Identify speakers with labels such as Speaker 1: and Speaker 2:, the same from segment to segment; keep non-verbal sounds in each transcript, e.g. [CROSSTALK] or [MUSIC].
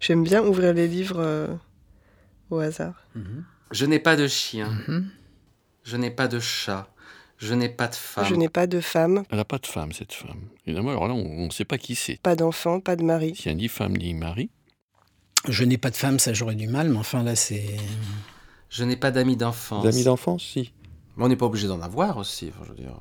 Speaker 1: J'aime bien ouvrir les livres euh, au hasard.
Speaker 2: Mhm.
Speaker 3: Je n'ai pas de chien,
Speaker 2: Mhm.
Speaker 3: je n'ai pas de chat, je n'ai pas de
Speaker 1: Je
Speaker 3: femme.
Speaker 1: n'ai pas de femme,
Speaker 2: Elle n'a pas de femme, cette femme. Évidemment, alors là, on ne sait pas qui c'est.
Speaker 1: pas d'enfant, pas de mari.
Speaker 2: Il n'y a ni femme ni mari.
Speaker 4: Je n'ai pas de femme, ça j'aurais du mal, mais enfin là c'est.
Speaker 3: Je n'ai pas d'amis d'enfance.
Speaker 5: D'amis d'enfance, si.
Speaker 3: Mais on n'est pas obligé d'en avoir aussi. enfin, je veux dire.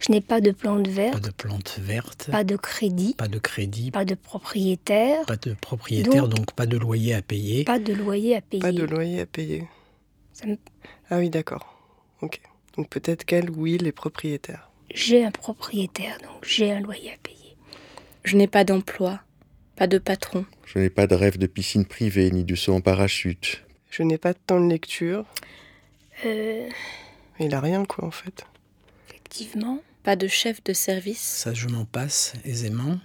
Speaker 6: Je n'ai pas de plante
Speaker 4: Pas
Speaker 6: verte,
Speaker 4: de plante verte,
Speaker 6: pas de crédit,
Speaker 4: pas de crédit,
Speaker 6: pas de propriétaire,
Speaker 4: pas de propriétaire, donc pas de loyer à payer.
Speaker 6: pas de loyer à payer.
Speaker 1: Pas de loyer à payer.
Speaker 6: Ça me-
Speaker 1: Ah oui, d'accord. Ok. Donc peut-être qu'elle, oui, les propriétaires.
Speaker 6: J'ai un propriétaire, donc j'ai un loyer à payer.
Speaker 7: Je n'ai pas d'emploi, pas de patron.
Speaker 5: Je n'ai pas de rêve de piscine privée ni de saut en parachute.
Speaker 1: Je n'ai pas de temps de lecture.
Speaker 6: Euh,
Speaker 1: Il a rien, quoi, en fait.
Speaker 6: effectivement,
Speaker 7: Pas de chef de service.
Speaker 4: Ça je m'en passe aisément.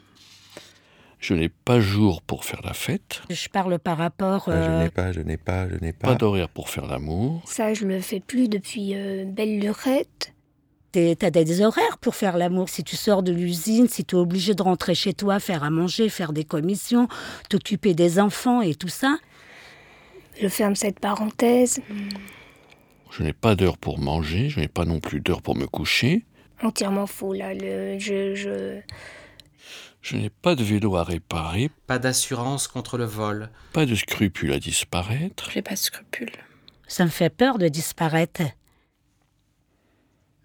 Speaker 2: Je n'ai pas jour pour faire la fête.
Speaker 8: Je parle par rapport.
Speaker 5: Ah,
Speaker 8: euh,
Speaker 5: Je n'ai pas, je n'ai pas, je n'ai
Speaker 2: Pas
Speaker 5: pas.
Speaker 2: d'horaire pour faire l'amour.
Speaker 6: ça je le fais plus depuis euh, belle lurette.
Speaker 8: t'es- T'as des horaires pour faire l'amour. Si tu sors de l'usine, si tu es obligé de rentrer chez toi, faire à manger, faire des commissions, t'occuper des enfants et tout ça.
Speaker 6: Je ferme cette parenthèse.
Speaker 2: Je n'ai pas d'heure pour manger. Je n'ai pas non plus d'heure pour me coucher.
Speaker 6: Entièrement faux, là. Le, je, je...
Speaker 2: Je n'ai pas de vélo à réparer.
Speaker 3: Pas d'assurance contre le vol.
Speaker 2: Pas de scrupules à disparaître.
Speaker 7: J'ai pas de scrupules.
Speaker 8: Ça me fait peur de disparaître.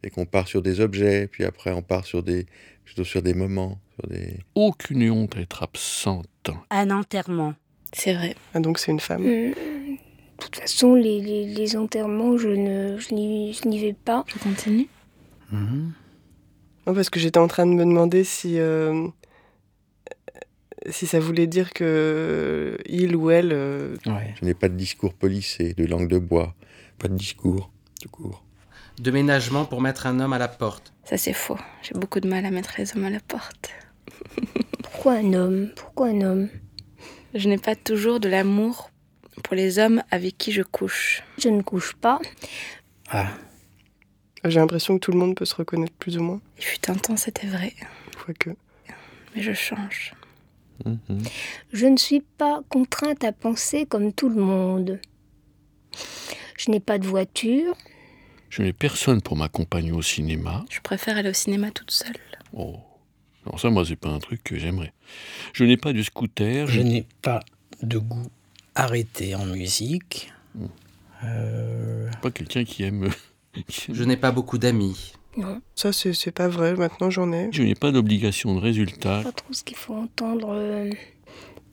Speaker 5: Et qu'on part sur des objets, puis après on part sur des, plutôt sur des moments, sur des.
Speaker 2: Aucune honte à être absente.
Speaker 8: Un enterrement.
Speaker 7: C'est vrai.
Speaker 1: Ah, donc c'est une femme.
Speaker 6: Hmm. De toute façon, les, les, les enterrements, je ne- je n'y je n'y vais pas.
Speaker 7: Je continue.
Speaker 4: Mhm.
Speaker 1: Non, parce que j'étais en train de me demander si. euh, si ça voulait dire que il ou elle. euh,
Speaker 4: Ouais.
Speaker 5: Je n'ai pas de discours policé, de langue de bois. Pas de discours, tout court.
Speaker 3: De ménagement pour mettre un homme à la porte.
Speaker 7: Ça, c'est faux. J'ai beaucoup de mal à mettre les hommes à la porte.
Speaker 6: Pourquoi un homme Pourquoi un homme
Speaker 7: Je n'ai pas toujours de l'amour pour les hommes avec qui je couche.
Speaker 6: Je ne couche pas.
Speaker 4: Ah,
Speaker 1: J'ai l'impression que tout le monde peut se reconnaître plus ou moins.
Speaker 7: Il fut un temps, c'était vrai,
Speaker 1: Quoique.
Speaker 7: mais je change.
Speaker 5: Mhm.
Speaker 6: Je ne suis pas contrainte à penser comme tout le monde. Je n'ai pas de voiture.
Speaker 2: Je n'ai personne pour m'accompagner au cinéma.
Speaker 7: Je préfère aller au cinéma toute seule.
Speaker 2: Oh. Non, ça, moi, c'est pas un truc que j'aimerais. Je n'ai pas de scooter.
Speaker 4: je n'ai pas de goût arrêté en musique. Euh,
Speaker 2: pas quelqu'un qui aime. euh, [LAUGHS] qui aime-
Speaker 3: Je n'ai pas beaucoup d'amis.
Speaker 6: Non,
Speaker 1: Ça, c'est c'est pas vrai. Maintenant, j'en ai.
Speaker 2: Je n'ai pas d'obligation de résultat.
Speaker 6: pas trop ce qu'il faut entendre euh,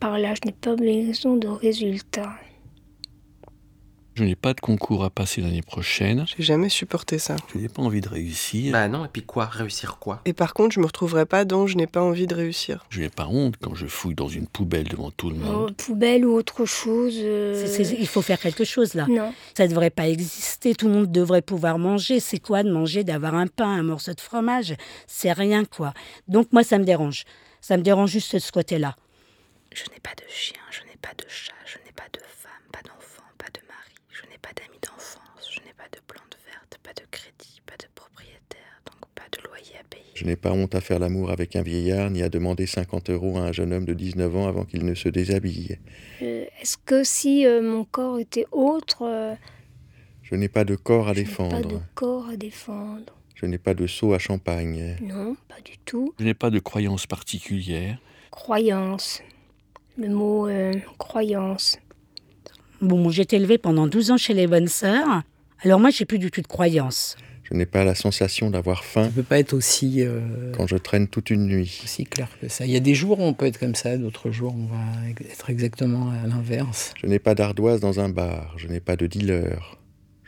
Speaker 6: par là. Je n'ai pas besoin de résultats.
Speaker 2: Je n'ai pas de concours à passer l'année prochaine.
Speaker 1: J'ai jamais supporté ça.
Speaker 2: Je n'ai pas envie de réussir.
Speaker 3: Bah non, et puis quoi Réussir quoi
Speaker 1: Et par contre, je me retrouverai pas dans je n'ai pas envie de réussir.
Speaker 2: Je n'ai pas honte quand je fouille dans une poubelle devant tout le
Speaker 6: Oh,
Speaker 2: monde.
Speaker 6: poubelle ou autre chose. euh, Mm.
Speaker 8: C'est- c'est- il faut faire quelque chose là.
Speaker 6: Non.
Speaker 8: Ça ne devrait pas exister. Tout le monde devrait pouvoir manger. C'est quoi de manger, d'avoir un pain, un morceau de fromage C'est rien quoi. Donc moi, ça me dérange. Ça me dérange juste de ce côté-là.
Speaker 7: Je n'ai pas de chien, je n'ai pas de chat, je n'ai pas de femme, pas d'enfant, pas de mari, je n'ai pas d'amis d'enfance, je n'ai pas de plante verte, pas de crédit, pas de propriétaire, donc pas de loyer à payer.
Speaker 5: Je n'ai pas honte à faire l'amour avec un vieillard, ni à demander 50 euros à un jeune homme de 19 ans avant qu'il ne se déshabille.
Speaker 6: Euh, Est-ce que si euh, mon corps était autre, euh,
Speaker 5: Je n'ai pas de corps à
Speaker 6: je n'ai pas de
Speaker 5: défendre.
Speaker 6: corps à défendre
Speaker 5: Je n'ai pas de seau à champagne.
Speaker 6: Non, pas du tout.
Speaker 2: Je n'ai pas de croyance particulière.
Speaker 6: Croyance. Le mot euh, croyance.
Speaker 8: Bon, j'ai été élevée pendant 12 ans chez les bonnes sœurs. Alors moi, j'ai plus du tout de croyance.
Speaker 5: Je n'ai pas la sensation d'avoir
Speaker 4: ça
Speaker 5: faim
Speaker 4: peut pas être aussi, euh,
Speaker 5: quand je traîne toute une nuit.
Speaker 4: aussi clair que ça. Il y a des jours où on peut être comme ça, d'autres jours où on va être exactement à l'inverse.
Speaker 5: Je n'ai pas d'ardoise dans un bar. Je n'ai pas de dealer.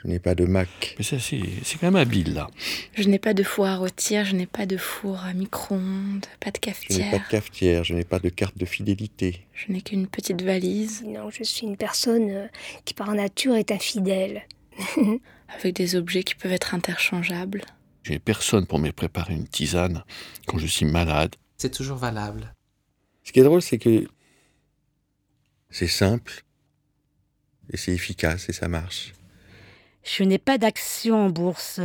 Speaker 5: Je n'ai pas de Mac.
Speaker 2: Mais ça, c'est c'est quand même habile, là.
Speaker 7: Je n'ai pas de four à rôtir, je n'ai pas de four à micro-ondes, pas de
Speaker 5: Je n'ai pas
Speaker 7: cafetière,
Speaker 5: de cafetière. Je n'ai pas de carte de fidélité.
Speaker 7: je n'ai qu'une petite valise
Speaker 6: Non, je suis une personne euh, qui par nature est infidèle.
Speaker 7: avec des objets qui peuvent être interchangeables.
Speaker 2: Je n'ai personne pour me préparer une tisane quand je suis malade.
Speaker 3: C'est toujours valable.
Speaker 5: Ce qui est drôle, c'est que c'est simple et c'est efficace et ça marche.
Speaker 8: Je n'ai pas d'action en bourse.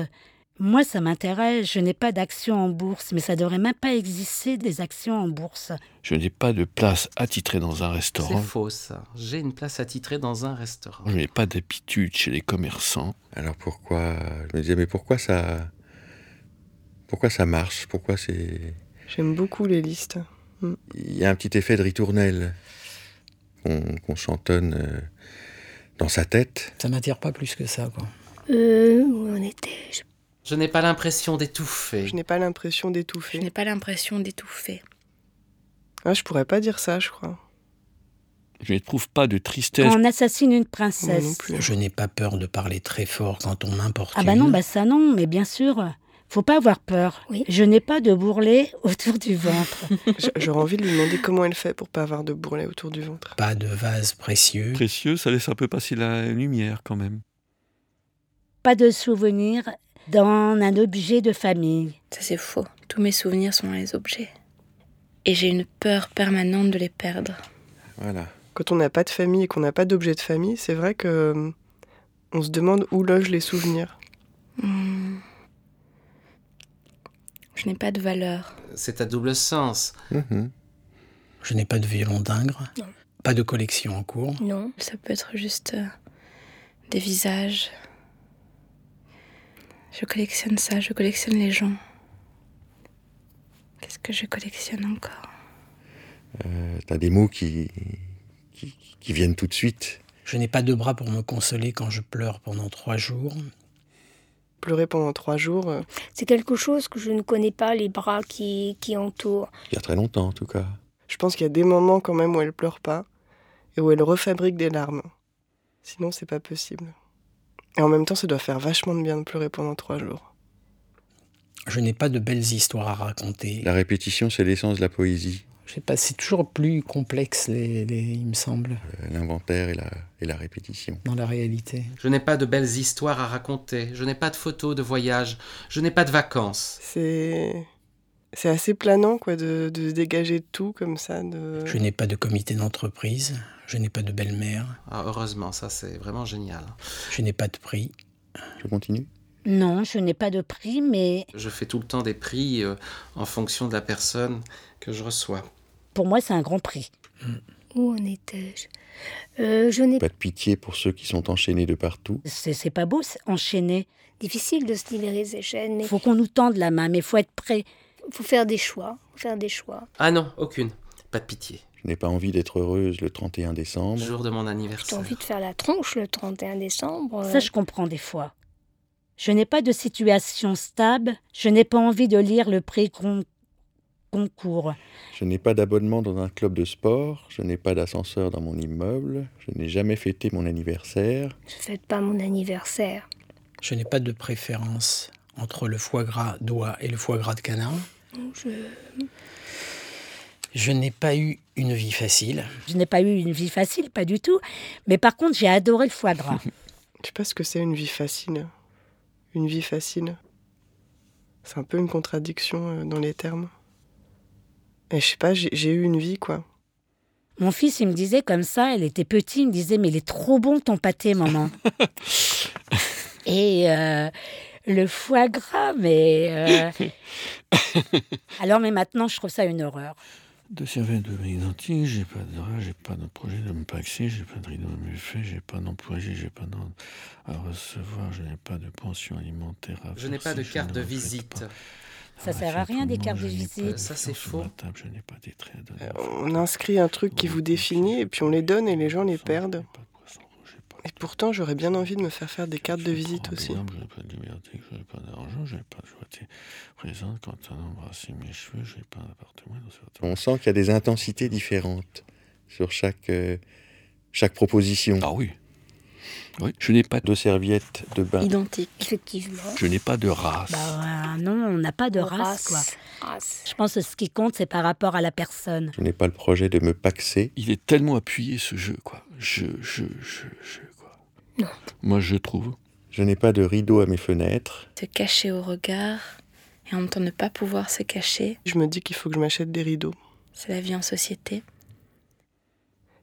Speaker 8: Moi, ça m'intéresse. Je n'ai pas d'actions en bourse, mais ça devrait même pas exister des actions en bourse.
Speaker 2: Je n'ai pas de place attitrée dans un
Speaker 3: C'est
Speaker 2: restaurant.
Speaker 3: faux, ça. J'ai une place attitrée dans un restaurant.
Speaker 2: Je n'ai pas d'habitude chez les commerçants.
Speaker 5: Alors pourquoi Je me disais, mais pourquoi ça. Pourquoi ça marche Pourquoi c'est.
Speaker 1: J'aime beaucoup les listes.
Speaker 5: Il y a un petit effet de ritournelle qu'on qu'on chantonne euh, dans sa tête.
Speaker 4: Ça m'attire pas plus que ça, quoi.
Speaker 6: Euh, où on était je-
Speaker 3: Je n'ai pas l'impression d'étouffer.
Speaker 1: Je n'ai pas l'impression
Speaker 7: Je
Speaker 1: d'étouffer.
Speaker 7: n'ai pas l'impression d'étouffer.
Speaker 1: Ah, je pourrais pas dire ça, je crois.
Speaker 2: Je n'éprouve pas de tristesse.
Speaker 8: Quand on assassine une
Speaker 1: Moi non
Speaker 8: princesse.
Speaker 1: plus.
Speaker 4: Je n'ai pas peur de parler très fort quand on m'importune.
Speaker 8: Ah bah non, bah ça non, mais bien sûr. Faut pas avoir peur.
Speaker 6: Oui.
Speaker 8: Je n'ai pas de bourrelet [LAUGHS] autour du ventre.
Speaker 1: J- J'aurais envie de lui demander comment elle fait pour pas avoir de bourrelet autour du ventre.
Speaker 4: Pas de vase précieux.
Speaker 2: Précieux, ça laisse un peu passer la lumière quand même.
Speaker 8: pas de souvenir dans un objet de famille.
Speaker 7: Ça, c'est faux. Tous mes souvenirs sont dans les objets. Et j'ai une peur permanente de les perdre.
Speaker 5: Voilà.
Speaker 1: Quand on n'a pas de famille et qu'on n'a pas d'objet de famille, c'est vrai que euh, on se demande où logent les souvenirs.
Speaker 7: Hmm. Je n'ai pas de valeur.
Speaker 3: C'est à double sens.
Speaker 5: Mhm.
Speaker 4: Je n'ai pas de violon d'ingres.
Speaker 6: Non.
Speaker 4: Pas de collection en cours.
Speaker 6: Non.
Speaker 7: Ça peut être juste euh, des visages. Je collectionne ça, je collectionne les gens. Qu'est-ce que je collectionne encore
Speaker 5: Euh, T'as des mots qui, qui, qui viennent tout de suite.
Speaker 4: Je n'ai pas de bras pour me consoler quand je pleure pendant trois jours.
Speaker 1: Pleurer pendant trois jours, euh,
Speaker 6: C'est quelque chose que je ne connais pas, les bras qui, qui entourent.
Speaker 5: Il y a très longtemps, en tout cas.
Speaker 1: je pense qu'il y a des moments quand même où elle pleure pas et où elle refabrique des larmes. Sinon, c'est pas possible. Et en même temps, ça doit faire vachement de bien de pleurer pendant trois jours.
Speaker 4: Je n'ai pas de belles histoires à raconter.
Speaker 5: La répétition, c'est l'essence de la poésie.
Speaker 4: Je sais pas, c'est toujours plus complexe, les, les- il me semble,
Speaker 5: Euh, L'inventaire et la, et la répétition.
Speaker 4: dans la réalité.
Speaker 3: Je n'ai pas de belles histoires à raconter. Je n'ai pas de photos de voyage. Je n'ai pas de vacances.
Speaker 1: C'est c'est assez planant quoi de, de se dégager de tout comme ça. De...
Speaker 4: Je n'ai pas de comité d'entreprise. Je n'ai pas de belle-mère.
Speaker 3: Ah, heureusement, ça c'est vraiment génial.
Speaker 4: Je n'ai pas de prix.
Speaker 5: Je continue
Speaker 8: Non, je n'ai pas de prix, mais
Speaker 3: Je fais tout le temps des prix euh, en fonction de la personne que je reçois.
Speaker 8: pour moi, c'est un grand prix.
Speaker 6: Où en étais-je Euh, Je n'ai
Speaker 5: Pas de pitié pour ceux qui sont enchaînés de partout.
Speaker 8: C'est c'est pas beau, c'est enchaîné.
Speaker 6: difficile de se libérer de ces chaînes, mais
Speaker 8: Faut qu'on nous tende la main, mais faut être prêt.
Speaker 6: faut faire des choix, faut faire des choix.
Speaker 3: Ah non, aucune. Pas de pitié.
Speaker 5: Je n'ai pas envie d'être heureuse le 31
Speaker 2: ben,
Speaker 5: décembre.
Speaker 3: Jour de mon
Speaker 6: J'ai
Speaker 3: anniversaire.
Speaker 6: envie de faire la tronche le 31 décembre. euh,
Speaker 8: Ça, je comprends des fois. Je n'ai pas de situation stable. Je n'ai pas envie de lire le prix con- concours.
Speaker 5: Je n'ai pas d'abonnement dans un club de sport. Je n'ai pas d'ascenseur dans mon immeuble. Je n'ai jamais fêté mon anniversaire.
Speaker 6: Je fête pas mon anniversaire.
Speaker 4: Je n'ai pas de préférence entre le foie gras d'oie et le foie gras de canard.
Speaker 6: Je-
Speaker 4: Je n'ai pas eu une vie facile.
Speaker 8: Je n'ai pas eu une vie facile, pas du tout. Mais par contre, j'ai adoré le foie gras.
Speaker 1: Je sais pas ce que c'est une vie facile. Une vie facile. C'est un peu une contradiction euh, dans les termes. Et je sais pas, j'ai- j'ai eu une vie quoi.
Speaker 8: Mon fils, il me disait comme ça, il était petit, il me disait, mais il est trop bon ton pâté, maman. Et euh, le foie gras, mais... euh, Alors, mais maintenant, je trouve ça une horreur.
Speaker 2: De serviettes de pain identique, j'ai pas de drap, j'ai pas de projet de me paxer, j'ai pas de rideau à me faire, j'ai pas d'employé, j'ai pas d'ordre à recevoir, je n'ai pas de pension alimentaire à
Speaker 3: Je n'ai pas
Speaker 2: verser,
Speaker 3: de
Speaker 2: je
Speaker 3: carte
Speaker 2: ne
Speaker 3: de
Speaker 2: regrette
Speaker 3: visite.
Speaker 2: pas.
Speaker 8: Ça sert à
Speaker 2: Rassure tout
Speaker 8: rien,
Speaker 2: le
Speaker 8: des
Speaker 2: monde,
Speaker 8: cartes
Speaker 2: je
Speaker 8: de
Speaker 2: n'ai pas
Speaker 8: visite.
Speaker 2: de
Speaker 3: Ça,
Speaker 2: fiance
Speaker 3: c'est
Speaker 2: sur
Speaker 3: faux.
Speaker 2: ma table, je n'ai pas des traits à donner.
Speaker 1: Euh, On inscrit un truc qui vous définit et puis on les donne et les gens les perdent. Et pourtant, j'aurais bien envie de me faire faire des cartes de visite aussi.
Speaker 2: Je n'ai pas de bibliothèque, je n'ai pas d'argent, je n'ai pas de joie présente quand on a embrassé mes cheveux, je n'ai pas d'appartement dans certains-
Speaker 5: On sent qu'il y a des intensités différentes sur chaque, euh, chaque proposition.
Speaker 2: Ah oui. Oui, je n'ai pas de
Speaker 5: De serviettes de bain.
Speaker 7: Identique.
Speaker 6: Effectivement.
Speaker 2: je n'ai pas de race.
Speaker 8: Bah euh, non, on n'a pas de race, quoi.
Speaker 6: Race.
Speaker 8: Je pense que ce qui compte, c'est par rapport à la personne.
Speaker 5: Je n'ai pas le projet de me paxer.
Speaker 2: Il est tellement appuyé ce jeu quoi. Je je je je quoi.
Speaker 6: Non.
Speaker 2: Moi je trouve.
Speaker 5: Je n'ai pas de rideau à mes fenêtres.
Speaker 7: Se cacher au regard et en même temps ne pas pouvoir se cacher,
Speaker 1: Je me dis qu'il faut que je m'achète des rideaux.
Speaker 7: c'est la vie en société.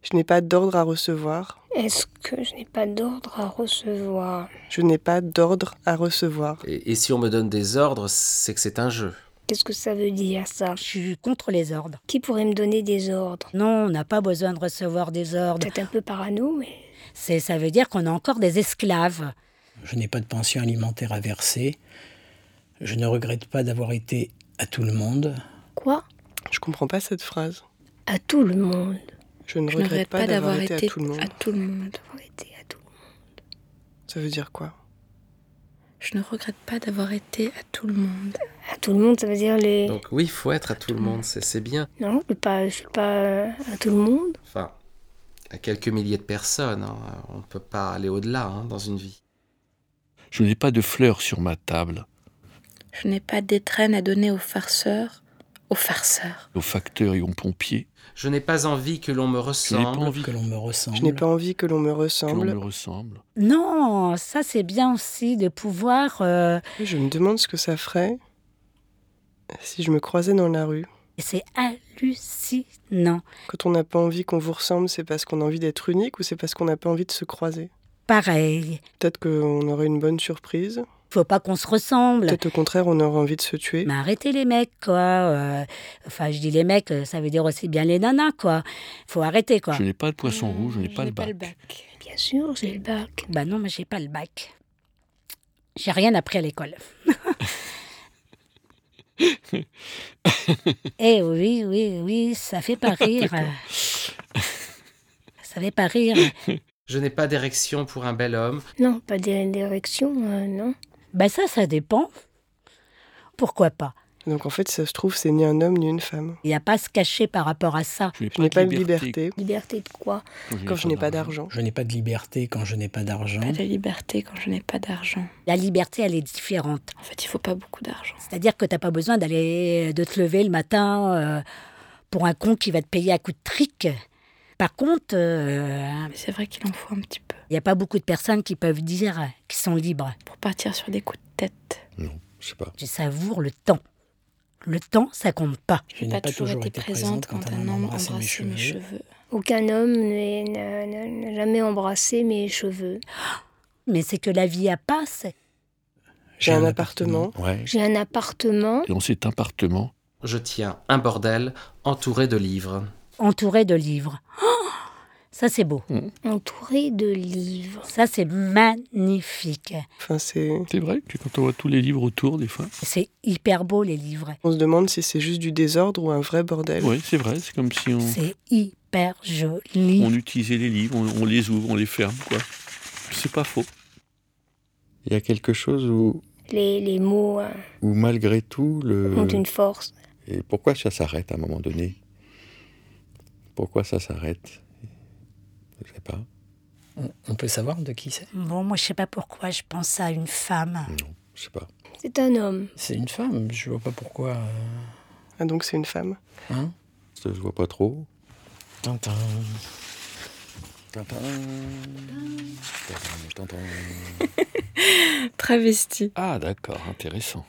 Speaker 1: Je n'ai pas d'ordre à recevoir.
Speaker 6: Est-ce que je n'ai pas d'ordre à recevoir
Speaker 1: Je n'ai pas d'ordre à recevoir.
Speaker 3: Et, et si on me donne des ordres, c'est que c'est un jeu.
Speaker 6: Qu'est-ce que ça veut dire ça
Speaker 8: Je suis contre les ordres.
Speaker 6: Qui pourrait me donner des ordres
Speaker 8: Non, on n'a pas besoin de recevoir des ordres.
Speaker 6: Peut-être un peu parano, mais
Speaker 8: C'est, ça veut dire qu'on a encore des esclaves.
Speaker 4: Je n'ai pas de pension alimentaire à verser. Je ne regrette pas d'avoir été à tout le monde.
Speaker 6: quoi
Speaker 1: Je comprends pas cette phrase.
Speaker 6: À tout le monde.
Speaker 1: Je ne
Speaker 7: Je ne
Speaker 1: regrette,
Speaker 7: regrette
Speaker 1: pas, d'avoir été, à tout le monde.
Speaker 7: à tout le monde.
Speaker 6: D'avoir été à tout.
Speaker 1: Ça veut dire quoi
Speaker 7: Je ne regrette pas d'avoir été à tout le monde.
Speaker 6: À tout le monde, ça veut dire les.
Speaker 3: Donc oui, il faut être à tout le monde, c'est c'est bien.
Speaker 6: Non, je ne pas, je suis pas euh, à tout le monde.
Speaker 3: Enfin, à quelques milliers de personnes, hein, on ne peut pas aller au-delà hein, dans une vie.
Speaker 2: Je n'ai pas de fleurs sur ma table,
Speaker 7: Je n'ai pas d'étrennes à donner aux farceurs. Aux farceurs.
Speaker 2: aux facteurs et aux pompiers.
Speaker 3: Je n'ai pas envie que l'on me
Speaker 2: Je n'ai pas
Speaker 3: ressemble.
Speaker 2: envie
Speaker 4: Que
Speaker 2: que
Speaker 4: l'on me ressemble.
Speaker 1: Je n'ai pas envie que l'on me
Speaker 2: l'on
Speaker 1: ressemble.
Speaker 2: me ressemble.
Speaker 8: Non, ça c'est bien aussi de pouvoir... euh,
Speaker 1: Je me demande ce que ça ferait si je me croisais dans la rue.
Speaker 8: c'est hallucinant.
Speaker 1: Quand on n'a pas envie qu'on vous ressemble, c'est parce qu'on a envie d'être unique ou c'est parce qu'on n'a pas envie de se croiser
Speaker 8: Pareil.
Speaker 1: Peut-être qu'on aurait une bonne surprise.
Speaker 8: Faut pas qu'on se ressemble.
Speaker 1: Peut-être au contraire, on aurait envie de se tuer.
Speaker 8: Mais arrêtez les mecs, quoi. euh, Enfin, je dis les mecs, euh, ça veut dire aussi bien les nanas, quoi. Faut arrêter, quoi.
Speaker 2: Je n'ai pas de poisson
Speaker 7: Mmh,
Speaker 2: rouge, je n'ai pas, le bac.
Speaker 6: Bien sûr, j'ai le bac.
Speaker 8: Bah non, mais j'ai pas le bac. J'ai rien appris à l'école. eh oui, oui, oui, ça fait pas rire. ça fait pas rire.
Speaker 3: Je n'ai pas d'érection pour un bel homme.
Speaker 6: Non, pas d'é- d'érection, euh, non.
Speaker 8: Bah ça, ça dépend. Pourquoi pas
Speaker 1: Donc en fait, si ça se trouve, c'est ni un homme ni une femme.
Speaker 8: Il n'y a pas à se cacher par rapport à ça.
Speaker 2: Je n'ai
Speaker 1: Je n'ai pas de liberté
Speaker 6: Liberté de quoi
Speaker 1: quand je n'ai pas d'argent.
Speaker 4: Je n'ai pas de liberté quand je n'ai pas d'argent.
Speaker 7: Pas de liberté quand je n'ai pas d'argent.
Speaker 8: La liberté, elle est différente.
Speaker 7: En fait, il faut pas beaucoup d'argent.
Speaker 8: C'est-à-dire que t'as pas besoin d'aller de te lever le matin euh, pour un con qui va te payer à coup de trick. Par contre, euh, il
Speaker 7: Mais c'est vrai qu'il en faut un petit peu.
Speaker 8: n'y a pas beaucoup de personnes qui peuvent dire euh, qu'ils sont libres.
Speaker 7: Pour partir sur des coups de tête.
Speaker 5: Non, je sais pas.
Speaker 8: Je savoure le temps. Le temps, ça compte pas.
Speaker 4: Je n'ai pas toujours été présente quand un homme embrassait mes cheveux.
Speaker 6: Aucun homme n'est- n'a n'a- n'a jamais embrassé mes cheveux.
Speaker 8: Mais c'est que la vie, elle passe.
Speaker 1: J'ai un appartement.
Speaker 5: Ouais.
Speaker 6: J'ai un appartement.
Speaker 2: Et dans cet appartement,
Speaker 3: Je tiens un bordel entouré de livres.
Speaker 8: entourée de livres. Oh ça, c'est beau.
Speaker 6: entouré de livres.
Speaker 8: Ça, c'est magnifique.
Speaker 1: Enfin, c'est.
Speaker 2: c'est vrai que quand on voit tous les livres autour, des fois.
Speaker 8: C'est hyper beau, les livres.
Speaker 1: On se demande si c'est juste du désordre ou un vrai bordel.
Speaker 2: Oui, c'est vrai, c'est comme si on,
Speaker 8: C'est hyper joli.
Speaker 2: on utilisait les livres, on, on les ouvre, on les ferme, quoi. C'est pas faux.
Speaker 5: Il y a quelque chose où,
Speaker 6: Les, les mots euh,
Speaker 5: où malgré tout, le...
Speaker 6: ont une force.
Speaker 5: Et pourquoi ça s'arrête à un moment donné Pourquoi ça s'arrête Je sais pas.
Speaker 4: On, on peut savoir de qui c'est
Speaker 8: Bon, moi, je sais pas pourquoi je pense à une femme.
Speaker 5: Non, je sais pas.
Speaker 6: C'est un homme.
Speaker 4: C'est une femme. Je vois pas pourquoi. euh,
Speaker 1: Ah, donc c'est une femme.
Speaker 4: Hein
Speaker 5: Je vois pas trop.
Speaker 4: Tintin.
Speaker 5: Tintin. Tintin.
Speaker 7: Travesti.
Speaker 2: Ah, d'accord, intéressant.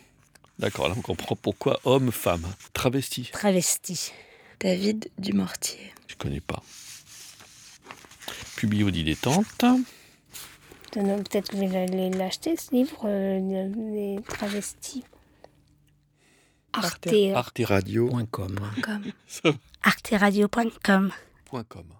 Speaker 2: D'accord, là on comprend pourquoi homme, femme, travesti.
Speaker 8: Travesti.
Speaker 7: David Dumortier.
Speaker 2: Je connais pas. Publié au [LAUGHS] dilettante.
Speaker 6: C'est un homme. Peut-être que je vais aller l'acheter, ce livre, euh, de- des travestis. Arte.
Speaker 2: Arte
Speaker 5: Arte Radio.
Speaker 4: Point com.
Speaker 7: Comme.
Speaker 8: arteradio.com.
Speaker 2: Radio.com.